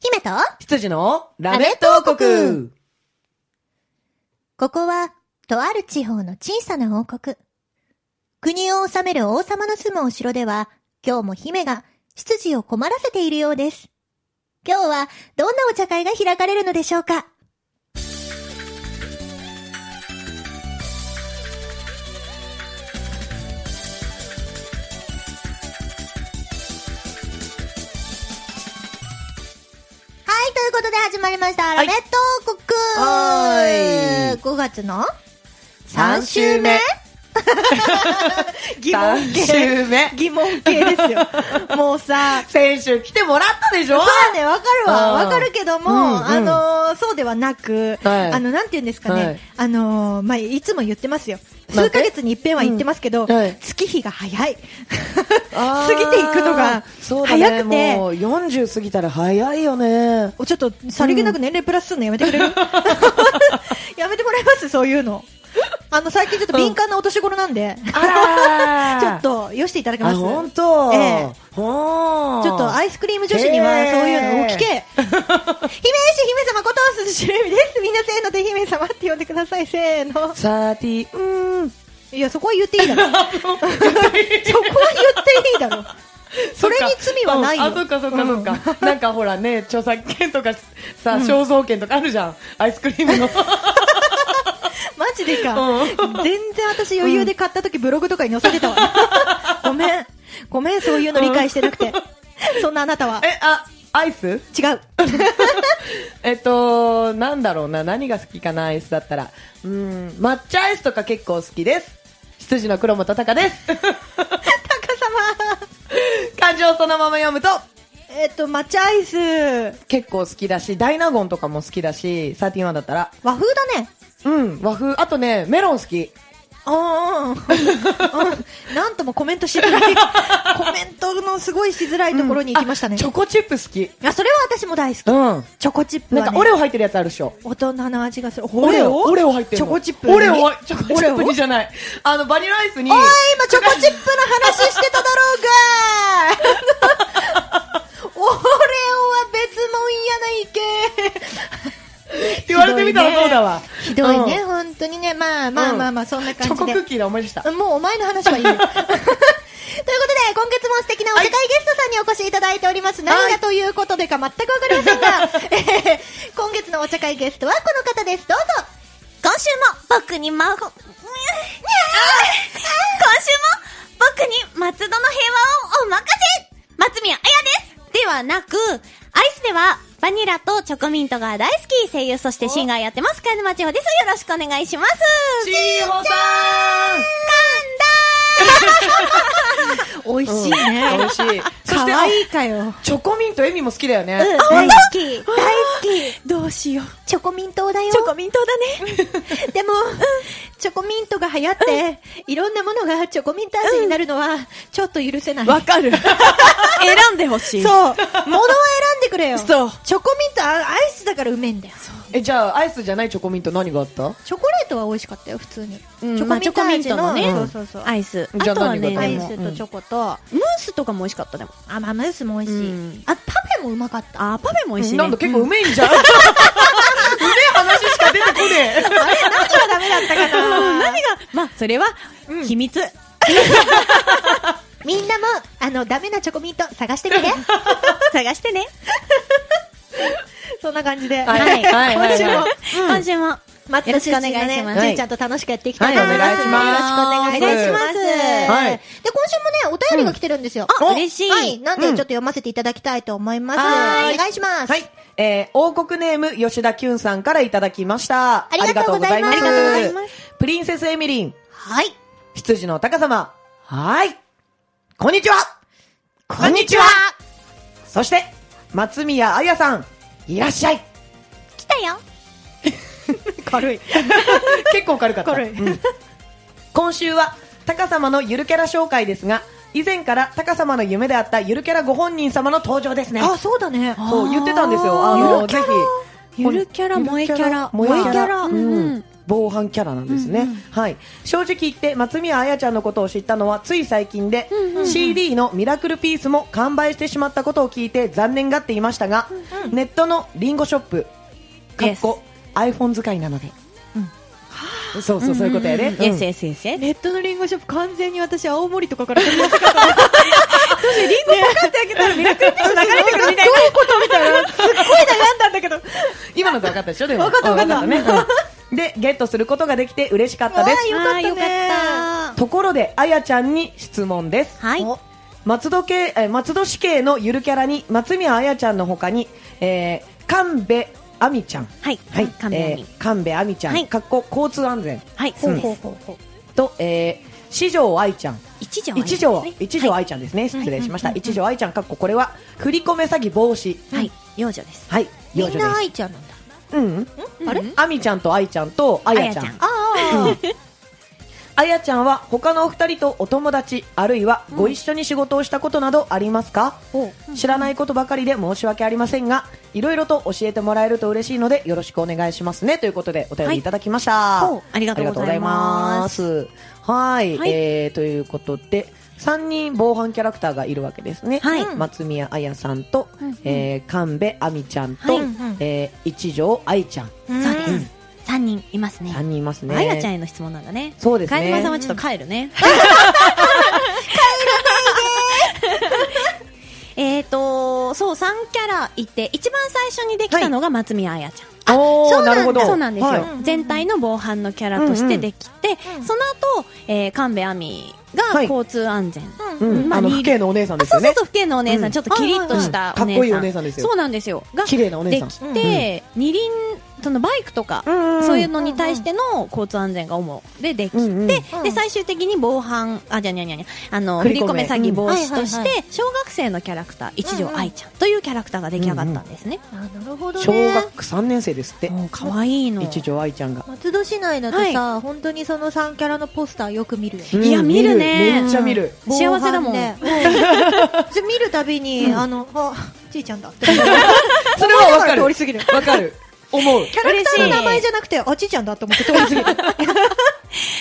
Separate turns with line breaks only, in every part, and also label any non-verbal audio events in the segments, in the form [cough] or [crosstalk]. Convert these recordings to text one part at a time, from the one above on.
姫と、
羊のラメット王国
ここは、とある地方の小さな王国。国を治める王様の住むお城では、今日も姫が、執事を困らせているようです。今日は、どんなお茶会が開かれるのでしょうかはい、ということで始まりました、ラ
い
メット王国
はーい
5月の
三週 [laughs] 目
疑問
!3
系。
週目
疑問系ですよ。もうさ、
先週来てもらったでしょ
[laughs] そうね、わかる
う
わ。
ん
わかるけども、
うんうん
あのーそうではなく、
はい
あの、なんて言うんですかね、
はい
あのーまあ、いつも言ってますよ。
なん
数
て
ヶ月に一遍は言ってますけど、
うんはい
月日が早い。
あ
[laughs] 過
ー
ぎていくのが
そうだね
早くて、
もう40過ぎたら早いよね。
ちょっとさりげなく年齢プラスするのやめて
[laughs]
くれる、やめてもらいますそういうの。あの、最近ちょっと敏感なお年頃なんで、
あ
[laughs]
ちょっと、よしていただけま
あ、
す
ほんと
ええ
ほー
ちょっとアイスクリーム女子には
へー
そういうのを聞け。姫氏、姫様ことすしるみです。みんなせーので姫様って呼んでください。せーの。
サーティー、うん。
いや、そこは言っていい
[laughs]
だろ。そこは言っていいだろ。それに罪はないよ。
うんあ、そっかそっかそっ
うん
か。なんかほらね、著作権とかさ、肖像権とかあるじゃん。アイスクリームの。
マジでか。全然私余裕で買った時ブログとかに載せてたわ。
[laughs]
ごめん。ごめん、そういうの理解してなくて。そんなあなたは。
え、あ、アイス
違う。
えっと、なんだろうな。何が好きかな、アイスだったら。うん、抹茶アイスとか結構好きです。羊の黒本隆
[laughs]
です。
高様。
漢字をそのまま読むと、
えっと、抹茶アイス。
結構好きだし、ダイナゴンとかも好きだし、サーティワンだったら。
和風だね。
うん、和風。あとね、メロン好き。
ああ、うん、なんともコメントしづらい、コメントのすごいしづらいところに行きましたね。
チョコチップ好き。
あそれは私も大好き。
うん。
チョコチップは、
な
ね、
んかオレオ入ってるやつあるでしょ。
大人の味がする。
オレオ
オ
オレオ入ってる
チ
の
ョコチップに。
オレオ
おい、
は、チョコチップにじゃない。あの、バニラアイスに、
今チョコチップの話してただろうがオレオは別もん
[laughs]
やないけ
って言われてみたらそうだわ。
ひどいね、
うん
本当にね。まあまあまあまあ、そんな
チ
感
ョ
じ
コ
で
ク。ッキーだ、思い出した。
もうお前の話はいいよ。ということで、今月も素敵なお茶会ゲストさんにお越しいただいております。何がということでか全くわかりませんが、 [laughs] えー今月のお茶会ゲストはこの方です。どうぞ
今週も僕に魔法、にゃー今週も僕に松戸の平和をお任せ松宮彩ですではなく、アイスではバニラとチョコミントが大好き声優そしてシンガーやってます、楓町穂です。よろしくお願いします。
チーホさ
美味しい
ん美
ね。
味しい。そして、
可
あ
愛いかよ。
チョコミントエミも好きだよね。
大好き。
大好き。 [laughs] どうしよう。
チョコミントだよ。
コミントだね。
[laughs] でも、チョコミントが流行って、いろんなものがチョコミント味になるのは、ちょっと許せない。
かる。選んでほし
そう。物を選んでくれよ。
そう
チョコミント、あアイスだからうめえんだよ。
え、じゃあ、アイスじゃないチョコミント何があった
チョコレートは美味しかったよ、普通に。
うん
チョコミント味の
まあチョコミントのね
そうそうそう。
アイス。あ
じゃあ
とは
何
ね、
が
ア
で
イ
も
スとチョコと、
ムースとかも美味しかったでも。
あ、まあ、ムースも美味しい。
うん
あ、パフェもうまかった。
あー、パフェも美味しい、ね。
なんだ、結構うめえ
[laughs]
んじゃん。うめえ話しか出てこね
あれ、何がダメだったか [laughs] な
何が、まあ、それは、秘密。
みんなも、あの、ダメなチョコミント探してみ [laughs] て。
探してね。
そんな感じで。
はい
はい
はいは
今
い
週も、
今週も。
松田出身の
よろしくお願い
ね
しま、す
じゅんちゃんと楽しくやっていきたいと
はい
思います。
お願いします
よろしくお願いします。
は
で、今週も
い
ね、お便りが来てるんですよ。
あ嬉しい
はい。なんで、ちょっと読ませていただきたいと思います。お
はーい
願いしま
え。
す。
はい。えー、王国ネーム、吉田きゅんさんからいただきました。
ありがとうございます
あ
ありが
りがとうござい
とうござい
ま。
ます
プリンセスエミリン、
はい。
羊の高様。はい。こんにちは
こんにち
はそして、松宮彩さん、いらっしゃい
来たよ。
[laughs]
軽い。
結構軽かった。
軽い
うん今週は、高様のゆるキャラ紹介ですが、以前から高様の夢であったゆるキャラご本人様の登場ですね。
あ、そうだね。
そう、言ってたんですよ。あ
ゆ
の、
る
ぜひ。
ゆるキャラ、萌えキャラ、
萌えキャラ
うん。
防犯キャラなんですね、はい、正直言って松宮彩ちゃんのことを知ったのはつい最近で、CD の「ミラクルピース」も完売してしまったことを聞いて残念がっていましたが、ネットのリンゴショップかっこ iPhone 使いなので、そうそうそういうことやね、うん
yes, yes, yes, yes.
ネットのリンゴショップ完全に私青森とかから取り寄せたからどうしてリンゴパカって開けたらミラクルピース流れてくるみたいなどういうことみたいなすっごい悩んだんだけど
今ので分かったでしょでも
分かった分かった
うんねうんでゲットすることができて嬉しかったです
よかったね
あーよかった
ところであやちゃんに質問です
はい。
お
松戸系えー松戸市系のゆるキャラに松宮あやちゃんの他に、えー、神戸亜美ちゃん
はい。
はい、
神谷に
えー神戸亜美ちゃん、
はい
かっこ交通安全
はい、そうです。
うほうほう。
と、えー、四条愛ちゃん
一条
一条
ですね
一条
はい
愛ちゃんですね、失礼しました、一条愛ちゃんかっここれは振り込め詐欺防止
はい。幼女です。
はい
み
幼女
ん
です
な愛ちゃんなんだ。
うん
あれ
あみちゃんとあいちゃんとあやちゃ
あやちゃん
ん
あ
あやちゃんは他のお二人とお友達あるいはご一緒に仕事をしたことなどありますか、知らないことばかりで申し訳ありませんがいろいろと教えてもらえると嬉しいのでよろしくお願いしますねということでお便りいただきました、
ほうありがとうございます
ありがとうございますはい、
はい
えー、ということで3人防犯キャラクターがいるわけですね、
はい
松宮彩さんと、えー神戸亜美ちゃんと、
はい
えー一条愛ちゃん
あ。
そうで
ん
す。三人いますね
3。人いますね
あやちゃんへの質問なんだね。
そうですね
カエルマさんはちょっと帰るね。 [laughs] 帰るねえっと、そう、3キャラいて、一番最初にできたのが松宮彩ちゃん。
おー
そう
な
な
るほ
ん
ど。
そうなんですよ、
はい
全体の防犯のキャラとしてできて、
うんうん
その後、えー、神戸亜美
は
が
い
交通安全、
う。
うんん、
まあ
あの、
リール
父兄のお姉さん
あ
です
そう
よね。
そうそう父兄のお姉さん、
うん
ちょっとキリッとしたお姉さん、
うんかっこいいお姉さんですよ
そうなんですよが
綺麗なお姉
で
さん。
きて、二輪そのバイクとか、そういうのに対しての交通安全が主でできて、
うんうん
で
うん
最終的に防犯あじゃにゃにゃにゃあの
振り
振
込
り込
め
め詐欺防止と
うん
し
はいは
て小学生のキャラクター一条愛ちゃんというキャラクターが出来上がったんですね、
あ、なるほど
小
ね。
学3年生ですって。
もう可愛いの
一条愛ちゃんが。
松戸市内だとさ、本当にその3キャラのポスターよく見るよね。
うん
いや見るね
めっちゃ見る。
幸せだもん
防犯で。 [laughs] うん見るたびに、あの、あ、ちいちゃんだって。
それはわか
通
る
り。過ぎる。
わかる。思う。
キャラクターの名前じゃなくて、あ、ちいちゃんだと思って通り過ぎる。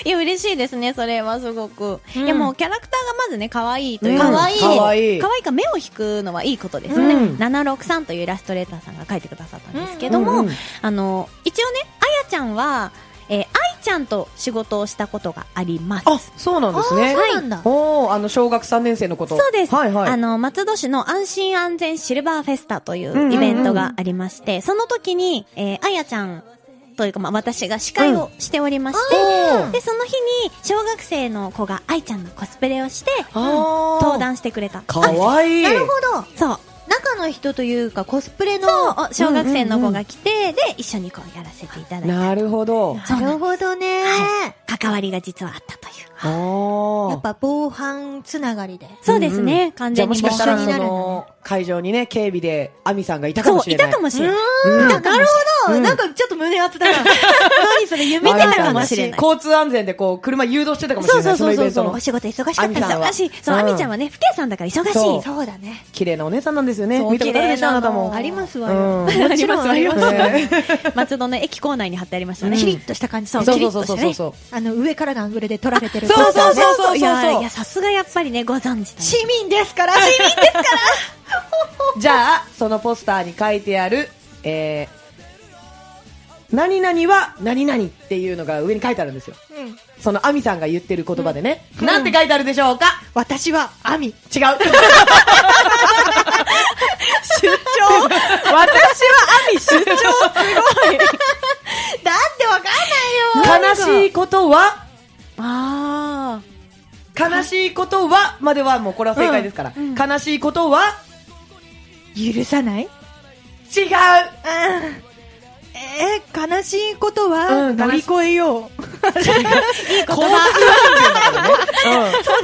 いや、嬉しいですね、それはすごく。
うん
いや、もうキャラクターがまずね、可愛いという
かわいい
かわいい
可。愛いか目を引くのはいいことですね。
うん
763というイラストレーターさんが書いてくださったんですけども、
うんうん
あの、一応ね、あやちゃんは、えー、愛ちゃんと仕事をしたことがあります。
あ、そうなんですね。
あそうなんだ
はいおーあの、小学3年生のこと。
そうです、
はいはい。
あの、松戸市の安心安全シルバーフェスタとい
んうんうん
うイベントがありまして、その時に、えーあやちゃんというか、まあ、私が司会をしておりまして、
うんあー
で、その日に、小学生の子が愛ちゃんのコスプレをして、
あー
登。壇してくれた。
かわいい。
なるほど。
そう。
中の人というか、コスプレの。
そう、お小学生の子が来て、で、一緒にこうやらせていただいた。
なるほど。
そ
な
うな
る
ん
ほどね。
関わりが実はあったという。
やっ
ああ。
ぱ防犯つながりで。
そうですね、完
じゃあ
全
も
に
しかした
一
ら、
緒に
そ
なる
の、会場にね、警備で、アミさんがいたか
そ
も
う
し、れ
い
ない。
たかもしれない。
うん
い
な
たかもしれない
るほど。
うん
なんかちょっと胸熱だ [laughs] な。何それ夢
見てたかもしれない
交通安全でこう、車誘導してたかもし
そ
れ
う
な
そう
い、そ
そ
のイベ
うそう
ントの
お。仕事忙しかった
あみさんは
忙しい。そう、
うん
あみちゃんはね、不敬さんだから忙し
そ
い。そう
そうだね。
綺麗なお姉さんなんですよね。
そう
見たことあるでしょ、あ
綺麗なの
なたも。
ありますわよ。
うん。
もちろんありますよ
ね
[laughs] 松戸の駅構内に貼ってありましたね。
キリッとした感じ
そう
キ
そう
リ
そう
ッ
そう
とし
そう
て
そう
ね。あの、上からのアングルで撮られてる。
そうそうそうそうそうそう
いやいや、さすがやっぱりね、ご存知だね
市民ですから、市民ですから。
じゃあ、そのポスターに書いてある、えー、何々は何々っていうのが上に書いてあるんですよ。
うん
そのアミさんが言ってる言葉でね。なんて書いてあるでしょうか
私は、アミ。
違
[laughs]
う。出張 [laughs] 私はアミ出
だってわかんないよ。
張
[laughs]
悲しいことは
あ
悲しいことはまではもうこれは正解ですから、悲しいことは
許さない
違う
えー、悲しいことは
うん
乗り越えよう。
言葉
そう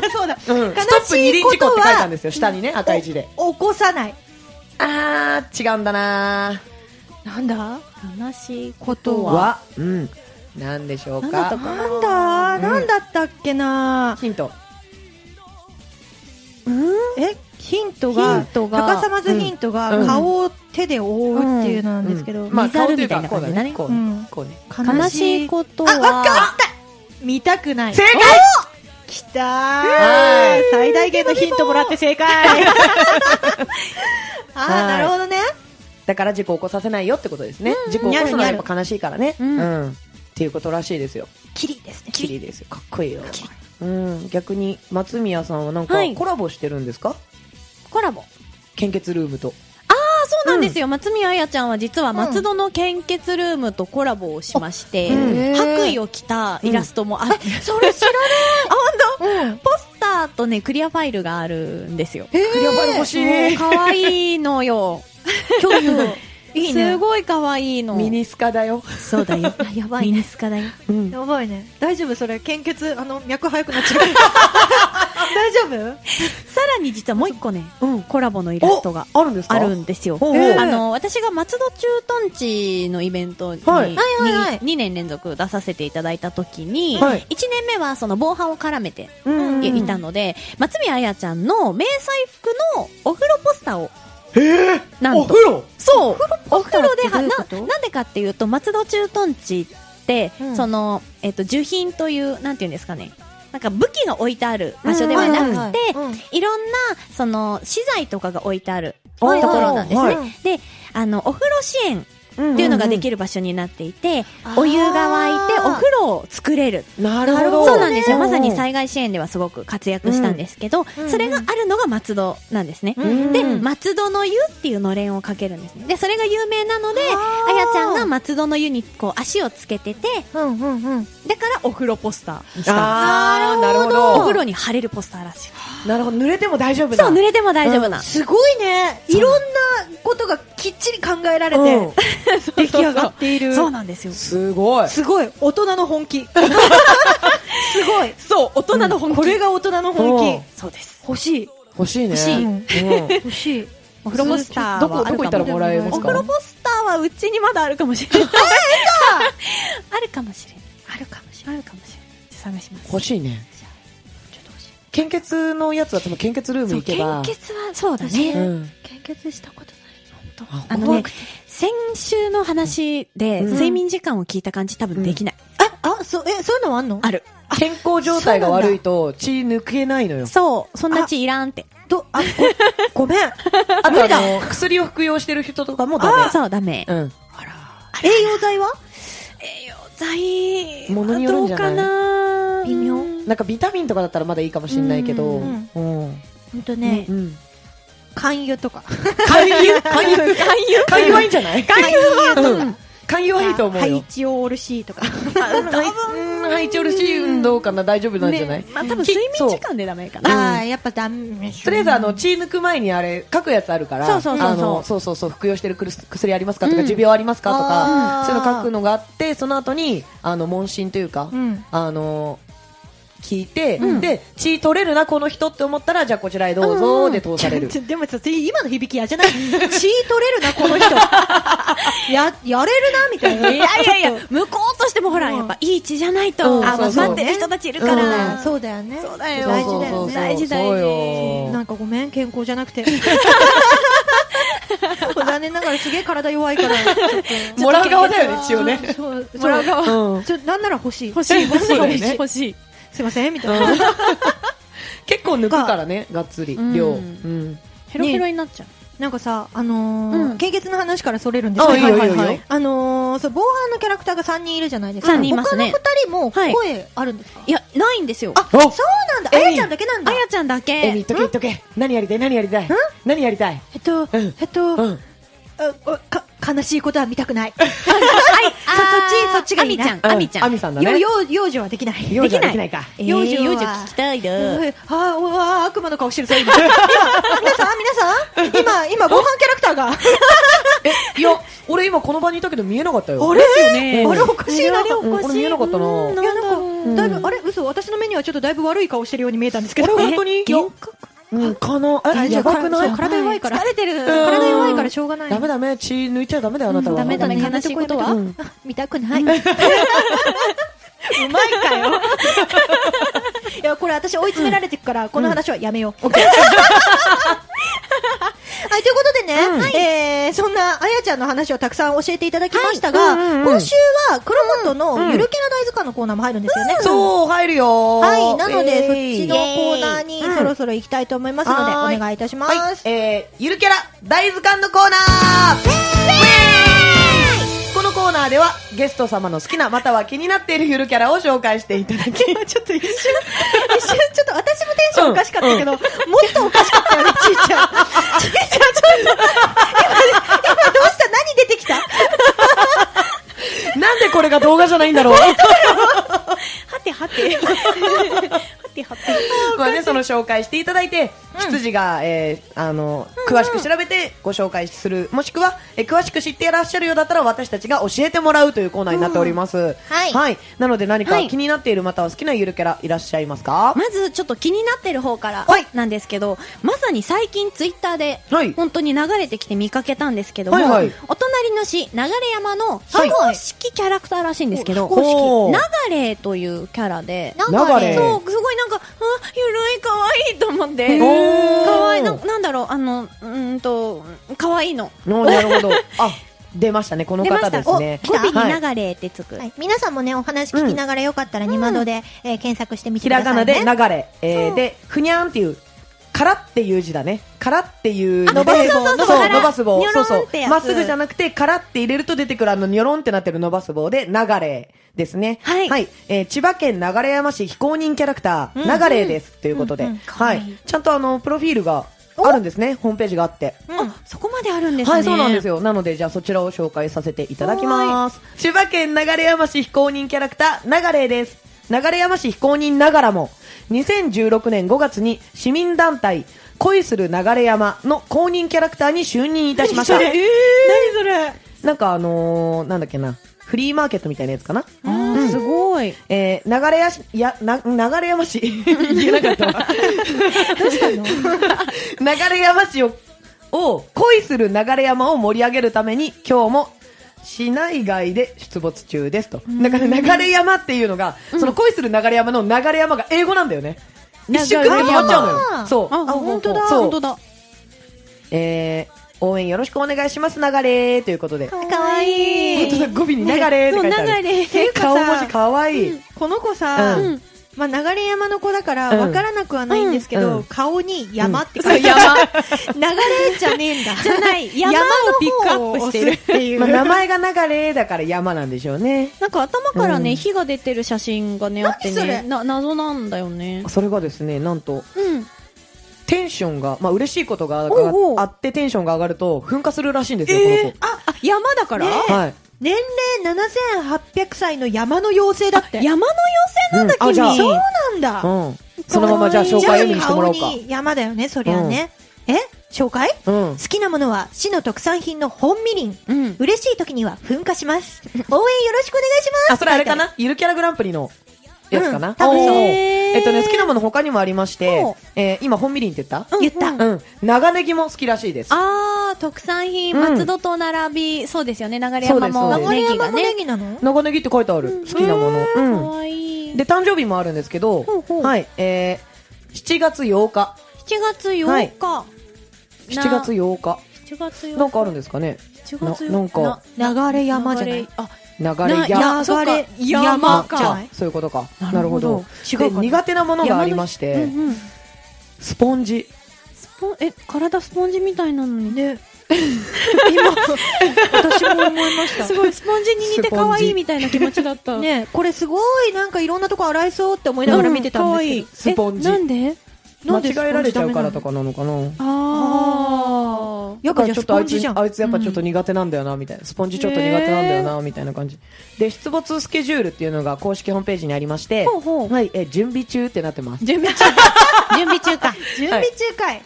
だ [laughs] そうだ。
うん、うん、ストップ二輪事故って書いたんですよ下にね赤い字で
お起こさない。
あー違うんだな
なんだ
あ、悲しいこ
こと
ー
は。
はうんなんでしょう
と。なん
か
だったかな
なんだ
う
なんんだったっけな
ヒント
えヒントが、
ヒントが
高さまずヒントが、
うん
顔を手で覆うっていうのなんですけど、
まあ、
水あ
顔
る
という
みたい
か
な
こう
感じだ
だね
ね。
こ
う
うんこうね。
悲しいことは、
見たくない
正解
きたー最大限のヒントもらって正解あ
は
あ
い
なるほどね
だから事故を起こさせないよってことですね。事故を起こすのはやっぱ悲しいからね。うん。っていうことらしいですよ。
キリですね。
キリですよ。かっこいいよ。うん。逆に、松宮さんはなんか
はい
コラボしてるんですか
コラボ。
献血ルームと。
あそうなんですよ、松宮彩ちゃんは実は松戸の献血ルームとコラボをしまして、
うん
へー
白衣を着たイラストも、あそれ知らねえ [laughs] あ本当ポスターとねクリアファイルがあるんですよ
クリアファイル欲し
もう
い。
可愛いの [laughs] よ
今日の。
いい
す
ね
ごい可愛いの
ミニスカだよ。
そうだよ
あやばいね。ミニスカだよ。
うん。
やばいね大丈夫それ献血あの脈早くなっちゃう大丈夫
さらに実はもう一個ね
うん。
コラボのイラストが
あるんですか
あるんですよ
ほうほう
あの私が松戸駐屯地のイベントに、
はい
に
はいはいはい
2年連続出させていただいた時に、
はい
1年目はその防犯を絡めて
うん
いたので、松宮彩ちゃんの迷彩服のお風呂ポスターをなん
お
と
風呂
そうお風呂で
ポスターってどう
は
いう
な
こと
なんでかっていうと松戸駐屯地って、
うん
その、えっと樹品というなんていうんですかねなんか武器の置いてある場所ではなくて、
うんはい
はい
いろんなその資材とかが置いてあるとこ
はい
ろなんですね、
はい
であのお風呂支援っていうのができる場所になっていて、
うん
お湯が沸いてお風呂を作れる
る。なるほど。
そうなんですよ、まさに
最
災害支援ではすごく活躍したんですけ
う
ど、
ん
それがあるのが松戸なんですね、
ん
で
うん
松戸の湯っていうのれんをかけるんですねでそれが有名なので
あ
あ
ー
やちゃんが松戸の湯にこう足をつけてて
うんうんうん。
だからお風呂ポスターにしたんで
あー、なるほ
すお
ど
風。呂に貼れるポスターらしい
なるほど。濡れても大丈夫だ。
そう濡れても大丈夫な、
すごいね。いろんなことがきっちり考えられ
うん
て、出来上がっている。
そうなんですよ
すごい。
すごい大人の本気すごい
そう大人の本気、
これが大人の本
そうです
気欲しい
欲しいね。
欲しい
うん
欲しい
お風呂ポスター
どこ、
はあ
ど
る
こ行っ
か
たら
も
もらえます
お
か
風呂ポスターはうちにまだあるかもしれないあるかもしれないあるかもしれないあるかもしれないじゃあ探します
欲しいね。
ちょっと欲しい
献血のやつは多分献血ルーム
そ
行
う
けば。
献血はそうだ
う
ね、
ん。
献血したことない。本
あ
あのね先週の話で、
うん
睡眠時間を聞いた感じ多分できない、
あそうえそういうのはあんの
ある
健康状態が悪いと血抜けないのよ。
そうそんな血いらんって
とあごご
[laughs]
めん
あとあの、薬を服用してる人とかもダ
そうダメ、
メ。うん。
栄養剤は
栄養剤
ものによるんじゃない
どうかな
微妙
なんかビタミンとかだったらまだいいかもしれないけど。う
うん
ん。
うん。
当ね。
勧誘とか
勧誘勧誘
[laughs] 勧誘
勧誘はいいんじゃない勧誘は、勧誘はいいと思う
ハ
よ
イ。チオールシーとか
うん、はい、チョルシー運動かな大丈夫なんじゃない
ねまあ多分睡眠時間でダメか
あ
な
あやっぱダメ
とりあえずあの血抜く前にあれ書くやつあるから
そうそうそうそう
あのそうそうそう服用してる薬薬ありますかとか、
うん
持病ありますかとか
あー
そういうの書くのがあってその後にあの問診というか、
うん
あの聞いて、
うん
で血取れるなこの人って思ったらじゃあこちらへどうぞで通され
[laughs]
る、
ちょでもさ今の響きやじゃない [laughs] 血取れるなこ [laughs] の人ややれるなみたい
い
な
やいやいや向こうとしてもほらやっぱいい血じゃないと、
うん
あ
そうそう
待ってる人たちいるか
そうだ
ら、
よそうだよね
そうだよ
大事だよね
大事だよね
そう
なんかごめん健康じゃなく [laughs] て残念ながらすげえ体弱い [laughs] から
もらう側だよね血をね
そうそう
もらう側
うん [laughs]
ちょなんなら欲しい
欲しい欲し
そ
い
うだよ
欲
ね
しい欲しい
すいませんみたいな
結構抜くからねがっつり
うん
量、うん
ヘロヘロになっちゃう、
なんかさあの
う
ー
ん
献血の話からそれるんですけ
あいいよ
どはいはい
いいよ
はい
い
い
よ
あのーそう防犯のキャラクターが三人いるじゃないですか
三人いますね
他の二人も
はい
声あるんですか
いやないんですよ
あお
そうなんだあやちゃんだけなん
あ
だ
やちゃんだ
え
け
み言っとけ言っとけ何やりたい何やりたい何やりたい
えっと
ん
えっと
うん
ああか悲しいことは見たくない
はい
[laughs] そそっちそっちがいいな
あみちゃんあみちゃん
あみさんだ
よ
ね
よ幼女はできない
幼女はできな
できないい
か
えー
幼女は
幼女聞きたいだ
はいあーうわー悪魔の顔してるぞ今 [laughs] 今皆さん皆さん今今防犯キャラクターが
いや、俺今この場にいたけど見えなかったよ。
あれ
ね
あれおかしいな
あれお
うん
かし
俺
い
見えなかったな。
いやなんかだいぶ、あれ嘘私の目にはちょっとだいぶ悪い顔してるように見えたんですけど
俺本当に
え幻覚
うん、かな、え、
大
や
丈夫
ばくな
そ
いう
体弱いから
疲れてる
体弱いからしょうがない
ダメダメ、血抜いちゃダメだよ、あなたは。
ダメダメ
うん
悲しいことは、
うん
あ見たくないうまいかよ [laughs] い [laughs] やこれ私追い詰められてくからこの話はやめよう、あはい、ということでね、
うん
はいえー、そんなあやちゃんの話をたくさん教えていただきましたが、
はいうんうんうん
今週は黒本のゆるキャラ大図鑑のコーナーも入るんですよね。
そう、入るよー
はい、なので、そっ
え
ち
い
のコーナーにそろそろ行きたいと思いますので、
はーい
お願いいたしま
はい
す。、
えー、ゆるキャラ大図鑑のコーナーこのコーナーではゲスト様の好きなまたは気になっているゆるキャラを紹介していただき
[laughs]
ちょっと一瞬、
一瞬、ちょっと私もテンションおかしかったけど、もっとおかしかったよね、ちいちゃん。ちいちゃん、ちょっと、今、今どうした何出てきた
なんでこれが動画じゃないんだろう
はてはて。はてはて。
まあね、その紹介していただいて、羊が、えー、あの、詳しく調べてご紹介する、もしくは、えー詳しく知っていらっしゃるようだったら私たちが教えてもらうというコーナーになっております。
はい
なので何
は
か
い
気になっているまたは好きなゆるキャラいらっしゃいますか、
[laughs] まずちょっと気になってる方から
はい
なんですけど、まさに最近ツイッターで
はい
本当に流れてきて見かけたんですけども、
はいはい
お隣の市、流山の
はい
非公式キャラクターらしいんですけど、
非公式
流れというキャラで、
なんか
流れ
ね、
そう、すごいなんか、あ、ゆるい、可愛いと思って、
おー
可愛いな、なんだろう、あの、うーんと、可愛いの。
おなるほど。あ、出ましたね、この方ですね。
語尾に
はい
流れってつく。
はい、皆さんもね、お話聞きながらよかったら2窓で、えー検索してみて
ひ
くだ
ら
さ
が
い、
な
ね。
で流れ、えーで、ふにゃんっていう、からっていう字だね。からっていう
あ
伸ばす
そうそう
棒。
そうから
伸ばす棒。
にょ
そ
ろ
うんそ
ってや
う。
つ
まっすぐじゃなくて、からって入れると出てくるあの、にょろんってなってる伸ばす棒で、流れですね。
はい
えー千葉県流山市非公認キャラクター、流れです。ということで。
うんうん
かわ
はい
い
い。ちゃんとあの、プロフィールがあるんですね。ホームページがあって。
うん
あ、そこまであるんですね。
はい、そうなんですよ。なので、じゃあそちらを紹介させていただきます。千葉県流山市非公認キャラクター、流れです。流山市非公認ながらも、2016年5月に市民団体、恋する流山の公認キャラクターに就任いたしました
何。それ何それ
なんかあのー、なんだっけな、フリーマーケットみたいなやつかな。
あーすごい。
えー、流れやし、や、な、流れ山
[laughs]
市。言えなかったわ。 [laughs] 流れ山市を、を恋する流れ山を盛り上げるために、今日も、市内外で出没中ですと。だから流れ山っていうのが、その恋する流れ山の流れ山が英語なんだよね。一瞬くらい止まっちゃうの
あ
よ。
ー
そう。
あ、本当だ、
そう
本当だ。
えー、応援よろしくお願いします、流れということで。
かわいい
本当だ語尾に流れって書いてある。
ねそう流れ
え顔文字かわいい。
この子さ、
うん
まあ、流山の子だから
うん
分からなくはないんですけど、
うん
顔に山って書いてある、流れじゃねえんだ
じゃない
山
山
の
を
ピ
ピ
ッ
ッ
ク
ク
ア
ア
ッ
ッ
プし
プしてて
る
る
っ
って
いう、
まあ、名前が流れだから山なんでしょうね。
なんか頭からね、
うん
火が出てる写真がね、あって
何それ
ね、な謎なんだよね。
それがですね、なんと、
うん。
テンションが、まあ嬉しいことが
おうおう
あってテンションが上がると噴火するらしいんですよ、こ
あ、あ山だから、
ね
の子。はい。
年齢7800歳の山の妖精だって
山の妖精なんだ、
うんあじゃあ
君。
そうなんだ、
うん。そのままじゃあ紹介読みにしてもらおうか
じゃあ。顔に山だよねそりゃね、え紹介
うん
好。きなものは市の特産品の本みりん
うん。
嬉しい時には噴火します応援よろしくお願いします
あ、それあれかなゆるキャラグランプリのやつかな、
うん多分そう
おー
へー
えっとね、好きなもの他にもありまして
ほう、
えー今、本みりんって言った
言った、
うん
うん。長ネギも好きらしいです。
あー、特産品、
うん
松戸と並び、そうですよね、流山
そう
も
ですそう
流
で
ネギ
山
が
もネ
ね。
ギなの
長ネギって書いてある。好きなも
か
の。
わい
うん。
い。
で、誕生日もあるんですけど
ほうほ、う
はい。えー、7月8日。
7月8日。な
7月8日。
7月8日。
なんかあるんですかね
7月8日。
ななんか
流れ山じゃ
流
な
れ
い。
あ、
流れや
なそっか
流れ
山
じゃ
か
な。い
そういうことか。
な
なるほ
るほ
ど
ど。
で、苦手なものがありまし
う
て、
んうん。
スポンジ。
スポンえ体スポンジみたいなのにね [laughs]
ね今私も思いま
[laughs]
した
すごいスポンジに似て可愛いみたいな気持ちだった
ねこれすごいなんかいろんなとこ洗いそうって思いながら見てたんですけど、
スポ
うん可愛い
ンジ
えなんで
間
なんで
違えられちゃうからと
か
かなのかな。
あー
やっぱじゃあ
ちょ
ス
っと
ポ
あい
ンジ
つ
じゃん
あいつやっぱちょっと苦手なんだよなみたいな、スポンジちょっと苦手なんだよなみたいな感じで出没スケジュールっていうのが公式ホームページにありまして
ほうほう
はいえ準備中ってなってます
準備中準備
[laughs]
中か
準備中かい、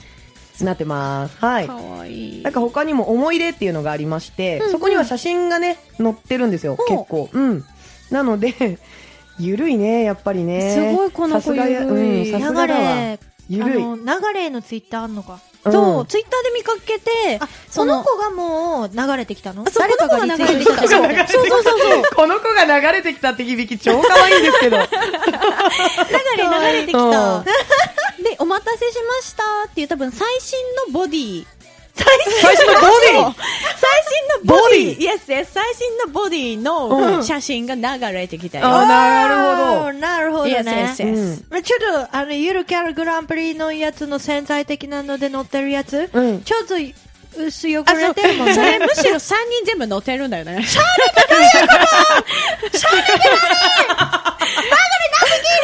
なってますはい
可愛い
なんか他にも思い出っていうのがありまして、そこには写真がね載ってるんですよ
ほう
結構うんなので [laughs] ゆるいねやっぱりね
すごいこの子
さすがや
ゆるい
うん、さすが
流
だわ
れ
ゆるい
あの流れのツイッターあんのか
うん
そうツイッターで見かけて
あその子がもう流れてきたの
あそう
誰かが
こ
リ
の
ツ
子
イ
が
ート
流
し
れ
てき
てき
たの
たそうそうそうそう
この子が流れてきたって響き超可愛いんですけ
[laughs]
ど
流れ流れてき [laughs]
うん
たでお待たせしましたっていう多分最新のボディ
最初のボディ
[laughs] 最新のボディ
ボディ
Yes, yes 最新のボディ
う
の
ん
写真が流れてきたよ。
あなるほど
ど。なるほど
Yes,
ね
yes,。yes.
うん
まあちょっと、あの、ゆるキャラグランプリのやつの潜在的なので乗ってるやつ、
うん
ちょっと薄汚
あ、
れ
そう。
てるもん
それ
ね。
むしろ3人全部乗ってるんだ
[laughs]
よね。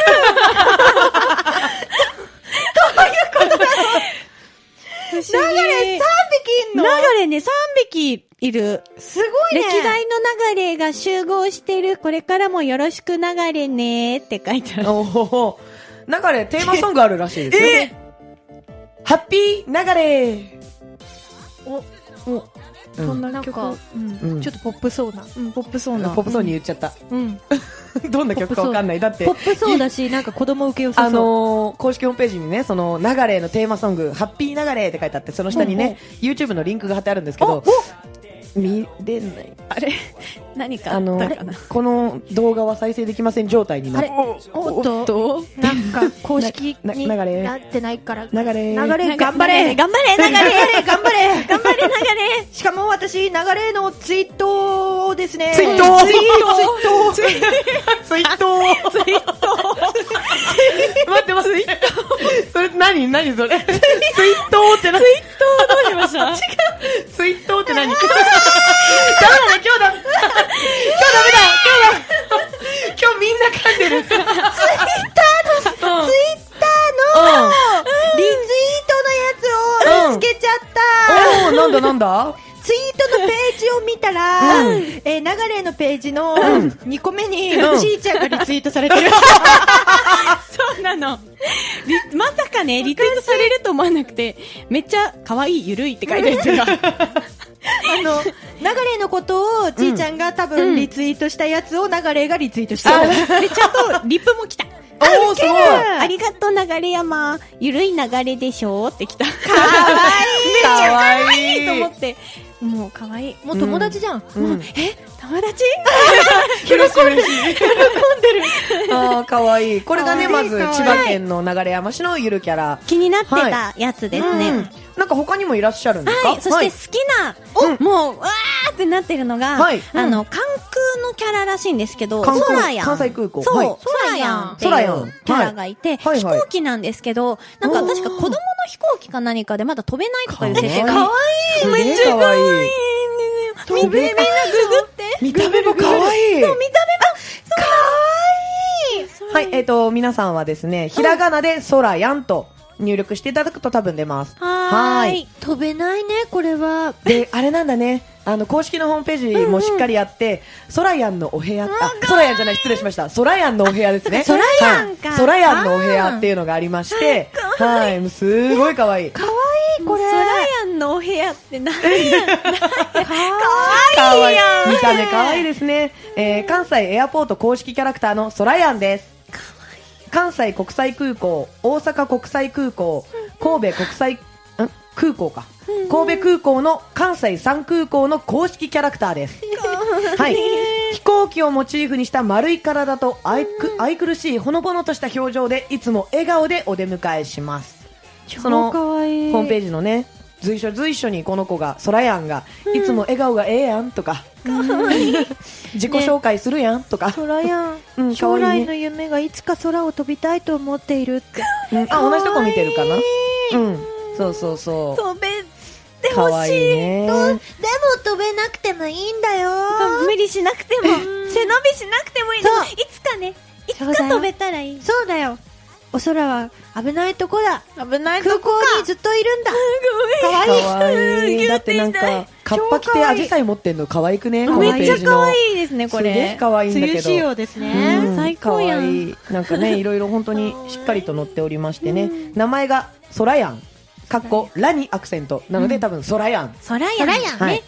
[laughs] シャーレシャーレ
流れ3匹いん
流
の
れね、3匹いる。
すごいね。
歴代の流れが集合してる。これからもよろしく流れねーって書いてある。
おお流れテーマソングあるらしいですよハッピー流れ
こんな
曲
曲、うん
うん
ちょっとポップそうな。
うん、ポップソーダ。
ポップソンに言っちゃった [laughs]
うん。
どんな曲かわかんないだって
ポップそうだし、なんか子供受けよさそ
あ
う。
のー公式ホームページにね、その、流れのテーマソング、ハッピー流れって書いてあって、その下にね、YouTube のリンクが貼ってあるんですけど、見れない。
あれ何か
あ
あ
の
ったかな
この動画は再生できません状態にな
あ
る
れ。おっと
と
なんか公式
な
に
な流れ
なってないから。
流れ
流れ、頑張
頑張れ
れ
頑張れ
流れ
流れ
頑張れ
頑張れ流れ
しかも私、流れのツイートをですね。
ツイートツイートツイートツイートツイート待ってます、ツイートそれ、何何それツイートって何ツイ
どうしました
ツイート [laughs] って何ダメだ、今日だ今日ダメだ今日だ今日みんな噛んでるツイッターの、ツイ
ツイッターの、リツイートのやつを見つけちゃった、
おー、なんだなんだ
ツイートのページを見たら、
うん
えー流れのページの2個目に、
うん
ちーちゃんがリツイートされてる。
そうなのリまさかねリツイートされると思わなくてめっちゃ可愛いゆるいって書いてあ [laughs] るやつが
あの、流れのことをちーちゃんが多分リツイートしたやつを流れがリツイートした。
でちゃんとリップも来た
おー、すごい
ありがとう流れ山ゆるい流れでしょって来たか
かわ
わいいと
い
思ってもう可愛い
もう友達じゃん。
うん
え友達
嬉しい嬉しい。喜んでる。あー、かわいい。これがね、
かわ
ま
いい
ず、千葉県の流山市のゆるキャラ。
気になってたやつですね、
うんなんか他にもいらっしゃるんですか
はい、そして好きな、もう、うわーってなってるのが、
はい
あの、関空のキャラらしいんですけど、
関空
空やん。
関西空港
そう、
はい
空やんってい
空やん
うキャラがいて、
はいはいはい
飛行機なんですけど、なんか確か子供の飛行機か何かでまだ飛べないとかいう設定が。
かわ
い
いいめっちゃかわいい
めっちゃかわいいみんな、みんなググって。
見た目もかわいい。
見た目も、かわいいそう
はい、えっ、と、皆さんはですね、ひらがなで空やんと入力していただくと多分出ます。
はーい。
飛べないね、これは。
で、あれなんだね。あの、公式のホームページもしっかりあって、ソラヤンのお部屋、あ、ソラヤンじゃない、失礼しました。ソラヤンのお部屋ですね。
ソラヤンか
はいソラヤンのお部屋っていうのがありまして、はい、すごい可愛い。可
これ。空やんのお部屋って何やん。
愛い見た目可愛いですね。えー、関西エアポート公式キャラクターのソラヤンです。関西国際空港、大阪国際空港、神戸国際、ん空港か。神戸空港の関西3空港の公式キャラクターです。はい。飛行機をモチーフにした丸い体と愛く愛くるしいほのぼのとした表情でいつも笑顔でお出迎えします。その
かわいい。
ホームページのね、随所随所にこの子が、そらやんが、いつも笑顔がええやんとか、自己紹介するやんとか、
空やん、
うん可
将
愛い
来
ね
の夢がいつか空を飛びたいと思っているって。
うんあ、同じとこ見てるかな。うん。そうそうそう。
飛べて
か
ほ
わ
し
いい
い。
ね。
飛べなくてもいいんだよ。
無理しなくても、背伸びしなくてもいいの。いつかね、いつ
そうだ
か
よ
飛べたらいい。
そうだよ。お空は危ないとこだ。
危ない
空港にずっといるんだ。
か
か
わ
わ
い
い
い。
い。だってなんか、カッパ着てアジサイ持ってんの可愛くね、このページ
め
の。
っちゃ可愛いですね、こ
すげえ
れ。
可愛いんだけど。
仕様ですね。
ね最高やん
かわいいなんか
[laughs]
ね、いろいろ本当にしっかりと載っておりましてね、名前がソラヤン、かっこラにアクセントなので、多分ソラヤン。
空やん。や
はい。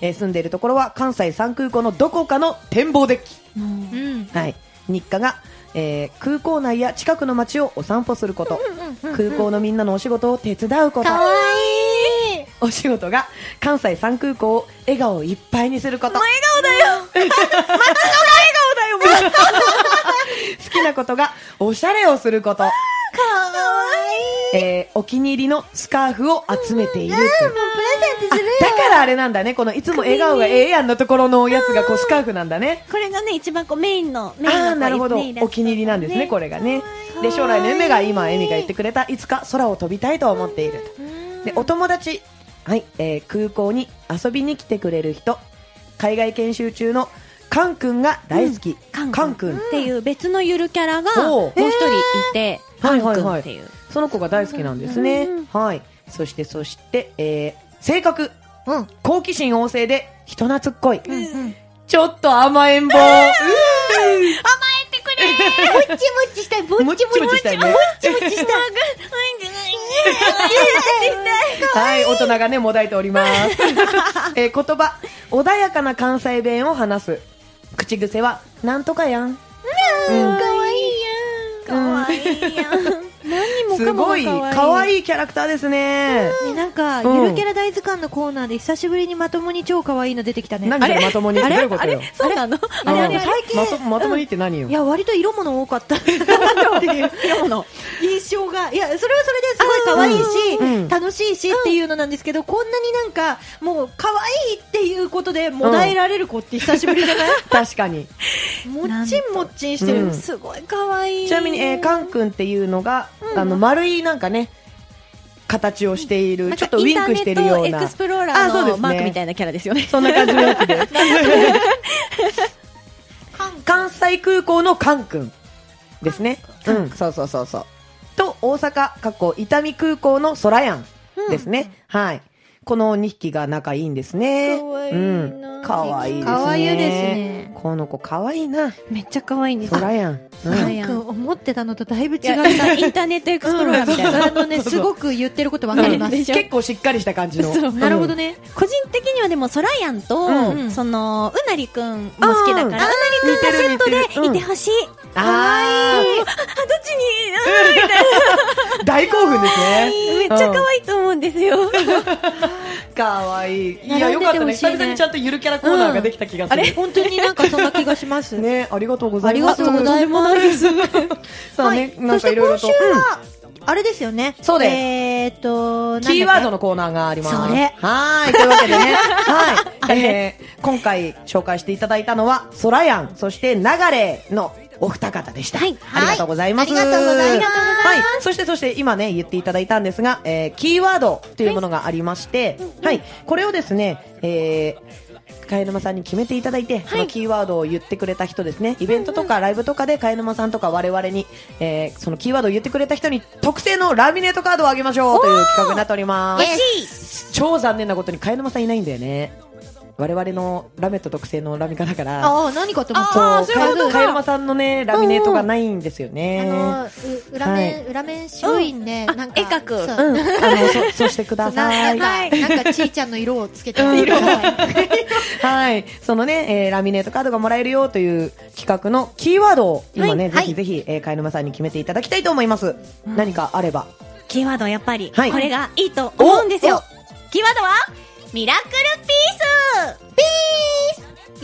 えー住んでいるところは関西三空港のどこかの展望デッキ。
うん。
はい。日課が、えー空港内や近くの街をお散歩すること、空港のみんなのお仕事を手伝うこと、
いい。
お仕事が関西三空港を笑顔いっぱいにすること。好きなことがおしゃれをすること。かわいい。えーお気に入りのスカーフを集めているという。
プレゼン
だからあれなんだね、このいつも笑顔がええやんのところのやつがこうスカーフなんだね。
これがね、一番こうメインの、メインの
ああ
こ
ー、
う
なるほど。
ねイラスト
お気に入りなんですね、これがね。で、将来の夢が今、エミが言ってくれた、いつか空を飛びたいと思っていると。で、お友達、はい、えー空港に遊びに来てくれる人、海外研修中のカン君が大好き。
カン君
カン君。
っていう別のゆるキャラが、
お
もう
う
一人いて、
は
ハ
い
ン
はい
君
はい
っていう。
その子が大好きなんですね。はい。そして、そして、えー性格。
うん
好奇心旺盛で、人懐っこい。
うん
ちょっと甘えん坊。
てくれ
ぼっちぼっちしたい、ぼっちぼっち。
もっちもちしたいね
ぼっちぼっちしたい。
はい、大人がね、もだいております。 [laughs] えー言葉、穏やかな関西弁を話す。口癖は、なんとかやん。うん
かわいい
かわいいやん。
すごい、可愛いキャラクターですね。
ねなんか、
うん
ゆるキャラ大図鑑のコーナーで久しぶりにまともに超可愛いの出てきたね。
何それまともにってどういうことよ。
そうなの
あ
あれあれ
うん
最近
まとまともにって何よ
い。や、割と色物多かった。っていう印象 [laughs] が。いや、それはそれですごい可愛いし、
うんうん
楽しいしっていうのなんですけど、こんなになんか、もう、可愛いっていうことで、もだえられる子って久しぶりじゃない、
[laughs] 確かに。
もっちんもっちんしてる。
うん
すごい可愛い。
ちなみに、えー、カン君っていうのが、あの、丸いなんかね、形をしている、ちょっとウインクしてるよう
インター
な
ネットエクス。プローラ
あそう
ー
ですね
のマークみたいなキャラですよね。
そんな感じのやつです。 [laughs] 関西空港のカン君ですね。うん、そうそうそうそう。と、大阪、過去、伊丹空港のソラヤンですね。はい。この2匹が仲いいんですね。
可愛い
うん。かわいいですね。
可愛いですね
この子かわいいな。
めっちゃ可愛いんです
ソラヤン。うん
なんか思ってたのとだいぶ違っ
いや
た。
なんかインターネットエクスプローラーみたいな。
あのね、すごく言ってることわかります。
でし
[laughs]
ょ
結構しっかりした感じの。
そう
なるほど
ね。
ね。
[laughs] 個人的にはでも、ソラヤンと、
うん
その、うなりくんも好きだから、うなりくんがセット
似てる似てる
でいてほしい。
あ
あどっちに、
ー、
[laughs]
大興奮ですね。
うんめっちゃ可愛いと思うんですよ。
かわいい。いや、よかったね。久々にちゃんとゆるキャラコーナーができた気がする。
本当になんかそんな気がします。
ね、ありがとうござ
あ
い
り
ま
が
す。
とうございます。
さあね、なんかいろいろと。
そして今週
うん
は、あれですよね。
そうです
えーっと、
キーワード
の。
のコーナーがあります。
それ
はーい。というわけ [laughs] でね。はい。えー、今回紹介していただいたのは、ソラヤン、そして流れのお二方でした。はい。ありがとうございます。
はいありがとうございます
はい。そして、そして今ね、言っていただいたんですが、えー、キーワードというものがありまして、はい。これをですね、えー、かえぬまさんに決めていただいて、そのキーワードを言ってくれた人ですね、イベントとかライブとかでかえぬまさんとか我々に、えー、そのキーワードを言ってくれた人に特製のラミネートカードをあげましょうという企画になっております。超残念なことに貝沼さんいないんだよね我々のラメット特製のラミカだから
ああ、何かと思っ
そ
た。
う貝貝沼さんのねラミネートがないんですよね、
あ
うん、
の、う裏
は
面、裏面白いんで、
うんあ
なんか。
絵描く
そう
あのそそうしてくださ
ないんか、なんかちーちゃんの色をつけてください。
はいそのね、えーラミネートカードがもらえるよという企画のキーワードを今ね、
はい
ぜひぜひ、えー、貝沼さんに決めていただきたいと思います、何かあれば
キーワードはやっぱり、こ
はい
れがいいと思うんですよ。キーワードは、ミラクルピース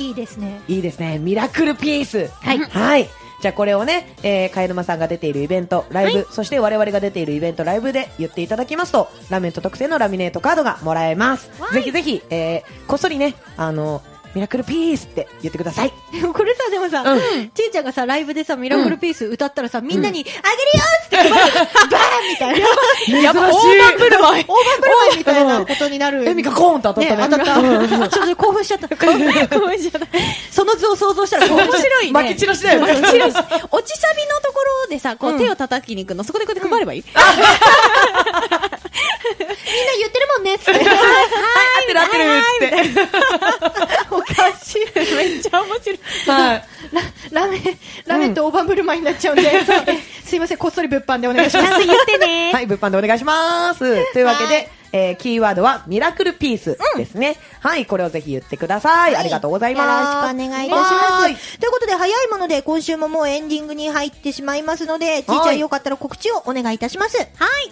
いいですね。
いいですねミラクルピース
はい
はい。じゃあこれをね、えー、かえぬまさんが出ているイベント、ライブ、そして我々が出ているイベント、ライブで言っていただきますと、ラメント特製のラミネートカードがもらえます。ぜひぜひ、えー、こっそりね、あの、ミラクルピースって言ってください。
でもこれさ、でもさ、ちいちゃんがさ、ライブでさ、ミラクルピース歌ったらさ、みんなに、あげるよって配るバーンみたいな。
やば、オーバープルマイ
オーバープライみたいなことになる。
エミカコーンと当たったね。
ね当たった。ちょっと興奮しちゃった。興奮しちゃった。その図を想像したら面白い
巻き散らしだよね。
落ちサビのところでさ、こう手を叩きに行くの、そこでこうやって配
[laughs]
ればいい
みんな言ってるもんね、つって。
合ってる合ってるっつっ
おかしい。
めっちゃ面白い。
て。はい。
ラメ、ラメと大盤振る舞いになっちゃうん
[laughs]
で、そうすいません、こっそり物販でお願いし
ち
ま
ゃんと言ってね。
はい、物販でお願いします。というわけで、えー、キーワードはミラクルピースですね。はい、これをぜひ言ってください。ありがとうございます。
よろしくお願いいたします
はーい
す。ということで、早いもので、今週ももうエンディングに入ってしまいますので、ちいちゃんよかったら告知をお願いいたします。
はい、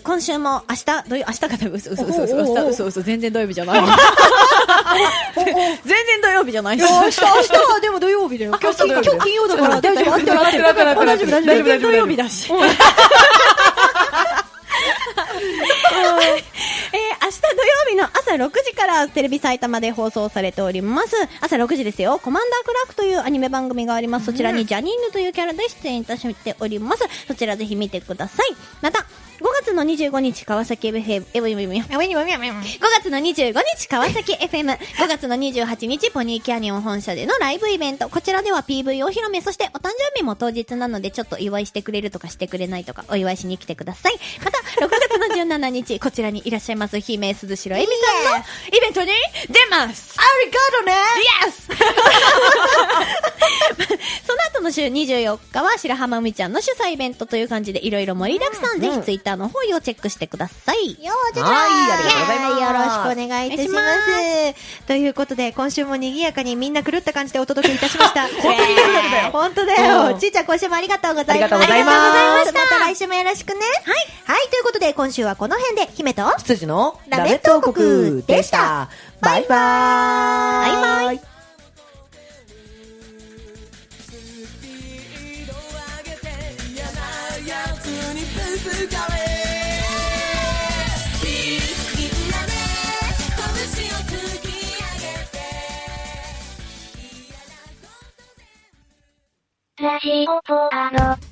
今週も明日、土曜、明日から、嘘
お
嘘嘘嘘
うおうおう
嘘嘘嘘全然土曜日じゃない。全然土曜日じゃないし。
明日、明日、でも土曜日だよ。今日、今日金曜だから、大丈夫、合ってる、合ってる。
大丈夫
大丈夫、大丈
[laughs]
夫。
全然土曜日だし。えー、明日土曜日
の朝6時からテレビ埼玉で放送されております。朝6時ですよ。コマンダークラークというアニメ番組があります。そちらにジャニーヌというキャラで出演いたしております。そちらぜひ見てください。また、5月の25日、川崎 FM、え、え、え、え、5月の25日、川崎 FM。5月の28日、ポニーキャニオン本社でのライブイベント。こちらでは PV お披露目、そしてお誕生日も当日なので、ちょっとお祝いしてくれるとかしてくれないとか、お祝いしに来てください。また、6月の17日、こちらにいらっしゃいます、姫鈴代恵美さんのイベントに出ますありがとうね !Yes!
[laughs]
[laughs] その後の週24日は白浜海ちゃんの主催イベントという感じでいろいろ盛りだくさん、ぜひツイッターの方をチェックしてください。
よーじゃ
はいありがとうございます
よろしくお願いいたしま
お願
す。ということで、今週も賑やかにみんな狂った感じでお届けいたしま
[laughs]
した。
本当に賑やかだよ
本当だよ。
うん
ちーちゃん、今週もありがとうございます。
ありがとうございます
ありがとうございました。また来週もよろしくね。はい。はい、ということで、今週はこの辺で、姫と、
羊のラベット王国でした。バイバーイ。
バイ
バイ。
ラジオポアド。